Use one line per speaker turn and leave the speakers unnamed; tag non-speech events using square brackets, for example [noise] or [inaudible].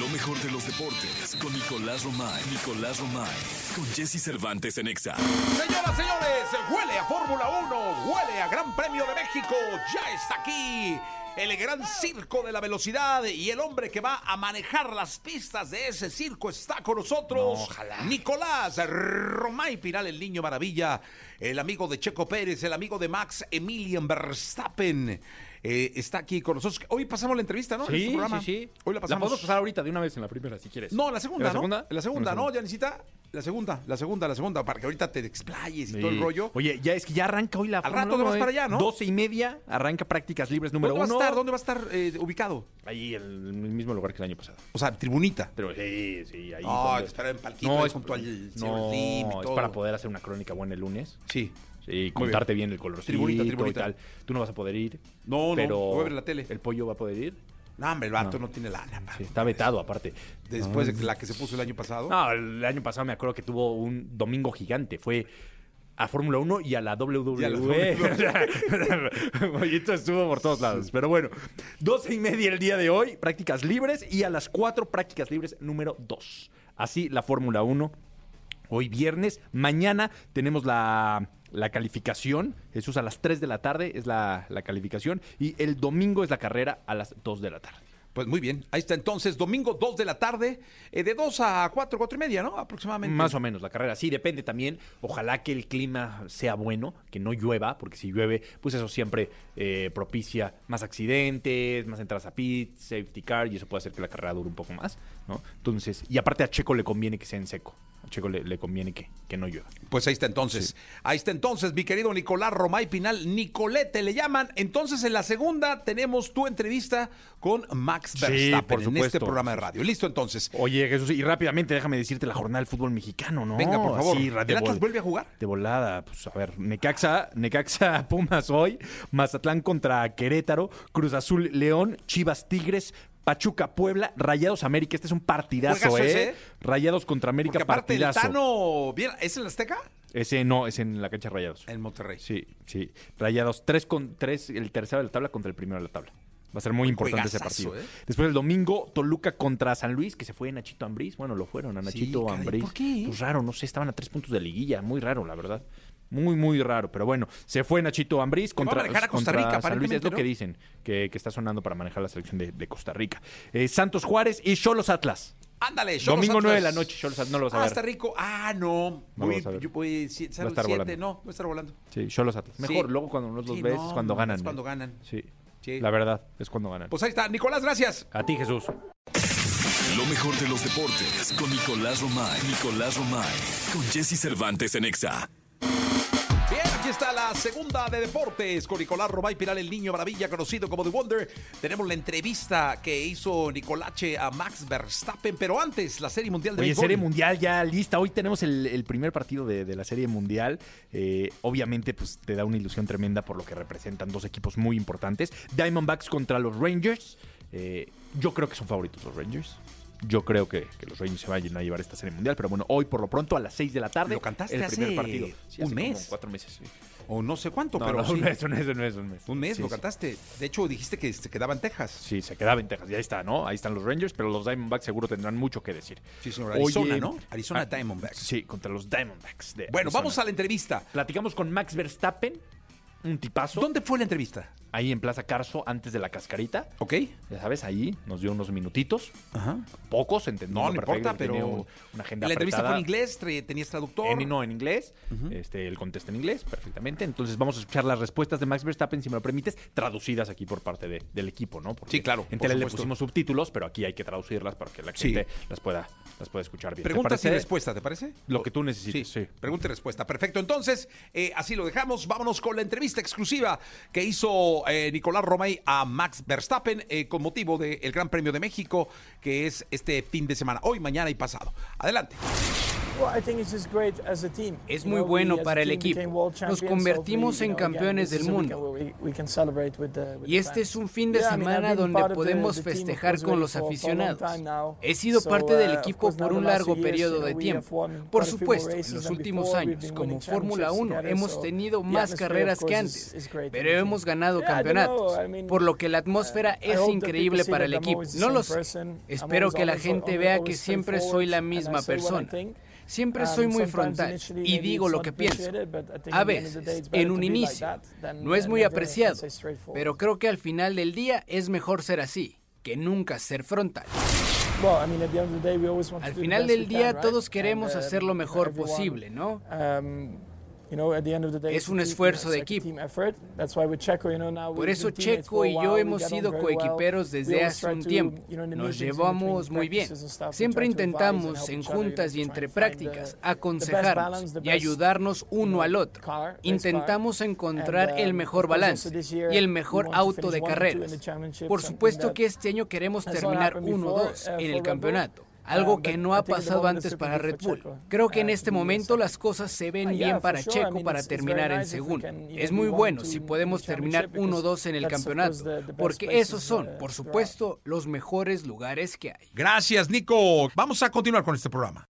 Lo mejor de los deportes con Nicolás Romay. Nicolás Romay. Con Jesse Cervantes en Exa.
Señoras, señores, huele a Fórmula 1, huele a Gran Premio de México. Ya está aquí el gran circo de la velocidad y el hombre que va a manejar las pistas de ese circo está con nosotros.
No, ojalá.
Nicolás Romay Pinal, el niño maravilla, el amigo de Checo Pérez, el amigo de Max Emilian Verstappen. eh, está aquí con nosotros. Hoy pasamos la entrevista, ¿no? En este
Sí,
programa.
sí, sí.
Hoy la pasamos.
podemos pasar ahorita de una vez en la primera, si quieres.
No, la segunda,
¿En la
¿no?
segunda?
En La segunda,
En la
¿no, Yanisita? La segunda, la segunda, la segunda, para que ahorita te explayes y todo el
Sí.
rollo.
Oye, ya es que ya arranca hoy la
Al
Fórmula
rato te
1,
vas
¿eh?
para allá, ¿no?
12 y media, arranca prácticas libres número
¿Dónde va a
uno.
estar? ¿Dónde va a estar eh, ubicado?
Ahí, en el mismo lugar que el año pasado.
O sea, tribunita.
Pero sí, sí, ahí.
No,
donde-
espera, en palquito, ahí pues, junto al señor
no,
Slim y
es
todo.
para poder hacer una crónica buena el lunes.
Sí.
Sí, contarte bien. el colorcito
Tribunita, tribunita.
y tal. Tú no vas a poder ir.
No, no,
pero
voy a ver la tele.
El pollo va a poder ir.
No, hombre, el vato no,
No.
tiene lana. pa.
Sí, está vetado, aparte.
Después de la que se puso el año pasado.
No, el año pasado me acuerdo que tuvo un domingo gigante. Fue a Fórmula 1 y a la WWE.
Y
[laughs]
a la E. WWE.
O sea, Mollito estuvo por todos lados. Pero bueno, 12 y media el día de hoy, prácticas libres. Y a las 4, prácticas libres número 2. Así la Fórmula 1. Hoy viernes, mañana tenemos la, la calificación. Jesús, a las 3 de la tarde es la, la calificación. Y el domingo es la carrera a las 2 de la tarde.
Pues muy bien. Ahí está entonces, domingo 2 de la tarde, eh, de 2 a 4, 4 y media, ¿no? Aproximadamente.
Más o menos la carrera, sí, depende también. Ojalá que el clima sea bueno, que no llueva, porque si llueve, pues eso siempre eh, propicia más accidentes, más entradas a pit, safety car, y eso puede hacer que la carrera dure un poco más, ¿no? Entonces, y aparte a Checo le conviene que sea en seco. A Checo le, le conviene que, que no llueva.
Pues ahí está entonces. Ahí está entonces, mi querido Nicolás Romay Pinal. Nicolete le llaman. Entonces, en la segunda tenemos tu entrevista con Max
Sí,
Verstappen
por
en este
supuesto.
programa de radio. Listo, entonces.
Oye, Jesús, y rápidamente déjame decirte la jornada del fútbol mexicano, ¿no?
Venga, por favor.
Así,
¿El Atlas
vol-
vuelve a jugar?
De volada, pues a ver, Necaxa, Necaxa [laughs] Pumas hoy, Mazatlán contra Querétaro, Cruz Azul León, Chivas Tigres, Pachuca Puebla, Rayados América, este es un partidazo,
Juegazo
¿eh?
ese, ¿eh?
Rayados contra América
Porque aparte el
partidazo.
Tano, bien, ¿es el Azteca?
Ese no, es en la cancha de Rayados.
En Monterrey.
Sí, sí. Rayados 3 con 3, el tercero de la tabla contra el primero de la tabla. Va a ser muy importante ese
juegazazo,
partido.
¿eh?
Después el domingo, Toluca contra San Luis, que se fue Nachito Ambriz. Bueno, lo fueron a Nachito
caray,
Ambriz.
¿por qué?
Pues raro, no sé, estaban a tres puntos de liguilla. Muy raro, la verdad. Muy, muy raro. Pero bueno, se fue Nachito
va
Ambriz
a
contra,
manejar a Costa
contra
Rica,
San Luis. Es
aparentemente,
lo que
¿no?
dicen, que, que está sonando para manejar la selección de, de Costa Rica. Eh, Santos Juárez y Cholos Atlas.
Ándale, Cholos
domingo
Atlas.
9 de la noche, Cholos Atlas. No lo vas a
Ah,
ver.
está rico. Ah, no.
No
voy,
lo vas a ver.
Yo voy si- sale el
estar
siete,
volando.
No, voy a estar volando.
Sí, Cholos Atlas. Mejor,
Sí.
luego cuando no los
Sí,
ves
no,
es cuando
no,
ganan.
Es
¿eh?
cuando ganan.
Sí.
Sí.
La verdad, es cuando ganan.
Pues ahí está. Nicolás, gracias.
A ti, Jesús.
Lo mejor de los deportes con Nicolás Romay. Nicolás Romay. Con Jesse Cervantes en Exa.
Bien, aquí está la segunda de deportes con Nicolás Romay Piral, el niño maravilla conocido como The Wonder. Tenemos la entrevista que hizo Nicolache a Max Verstappen, pero antes la Serie Mundial de
Oye,
béisbol.
Serie Mundial ya lista. Hoy tenemos el, el primer partido de, de la Serie Mundial. Eh, obviamente, pues te da una ilusión tremenda por lo que representan dos equipos muy importantes. Diamondbacks contra los Rangers. Eh, yo creo que son favoritos los Rangers. Yo creo que, que los Rangers se vayan a llevar esta Serie Mundial. Pero bueno, hoy por lo pronto a las 6 de la tarde.
Lo cantaste
el
hace
primer partido.
un
hace
mes.
como cuatro meses. sí.
O no sé cuánto,
No,
pero
no,
sí.
un mes, un mes, un mes, un mes.
Un mes
Sí,
lo
sí.
cantaste. De hecho, dijiste que se quedaba en Texas.
Sí, se quedaba en Texas. Ya está, ¿no? Ahí están los Rangers, pero los Diamondbacks seguro tendrán mucho que decir.
Sí, señor.
Oye,
Arizona, ¿no? Arizona
ah,
Diamondbacks.
Sí, contra los Diamondbacks. de
Bueno,
Arizona.
vamos a la entrevista.
Platicamos con Max Verstappen, un tipazo,
¿Dónde fue la entrevista?
ahí en Plaza Carso, antes de la cascarita.
¿Ok?
Ya sabes, ahí nos dio unos minutitos,
Ajá.
pocos, entendiendo
No, no
perfecto,
importa,
tenía
pero-
un- una agenda
La entrevista
apretada.
fue en inglés, tre- tenías traductor.
En, no, en inglés. este, él contesta en inglés perfectamente. Entonces vamos a escuchar las respuestas de Max Verstappen, si me lo permites, traducidas aquí por parte de- del equipo, ¿no? Porque
Sí, claro,
En
por
tele le
supuesto.
pusimos subtítulos, pero aquí hay que traducirlas para que la
Sí.
gente las, pueda, las pueda escuchar bien. ¿Te
Preguntas y
parece?
respuesta, ¿te parece?
Lo que tú necesites, sí.
Pregunta y respuesta. Perfecto. Entonces, eh, así lo dejamos. Vámonos con la entrevista exclusiva que hizo eh, Nicolás Romay a Max Verstappen eh, con motivo del Gran Premio de México, que es este fin de semana, hoy, mañana y pasado. Adelante.
Es muy bueno para el equipo. Nos convertimos en campeones del mundo. Y este es un fin de semana donde podemos festejar con los aficionados. He sido parte del equipo por un largo periodo de tiempo. Por supuesto, en los últimos años, como Fórmula 1, hemos tenido más carreras que antes, pero hemos ganado campeonatos, por lo que la atmósfera es increíble para el equipo. No lo sé. Espero que la gente vea que siempre soy la misma persona. Siempre soy muy frontal y digo lo que pienso. A veces, en un inicio, no es muy apreciado, pero creo que al final del día es mejor ser así que nunca ser frontal. Al final del día todos queremos hacer lo mejor posible, ¿no? Es un esfuerzo de equipo. Por eso Checo y yo hemos sido coequiperos desde hace un tiempo. Nos llevamos muy bien. Siempre intentamos en juntas y entre prácticas aconsejarnos y ayudarnos uno al otro. Intentamos encontrar el mejor balance y el mejor auto de carreras. Por supuesto que este año queremos terminar 1-2 en el campeonato algo que no ha pasado antes para Red Bull. Creo que en este momento las cosas se ven bien para Checo para terminar en segundo. Es muy bueno si podemos terminar 1-2 en el campeonato, porque esos son, por supuesto, los mejores lugares que hay.
Gracias, Nico. Vamos a continuar con este programa.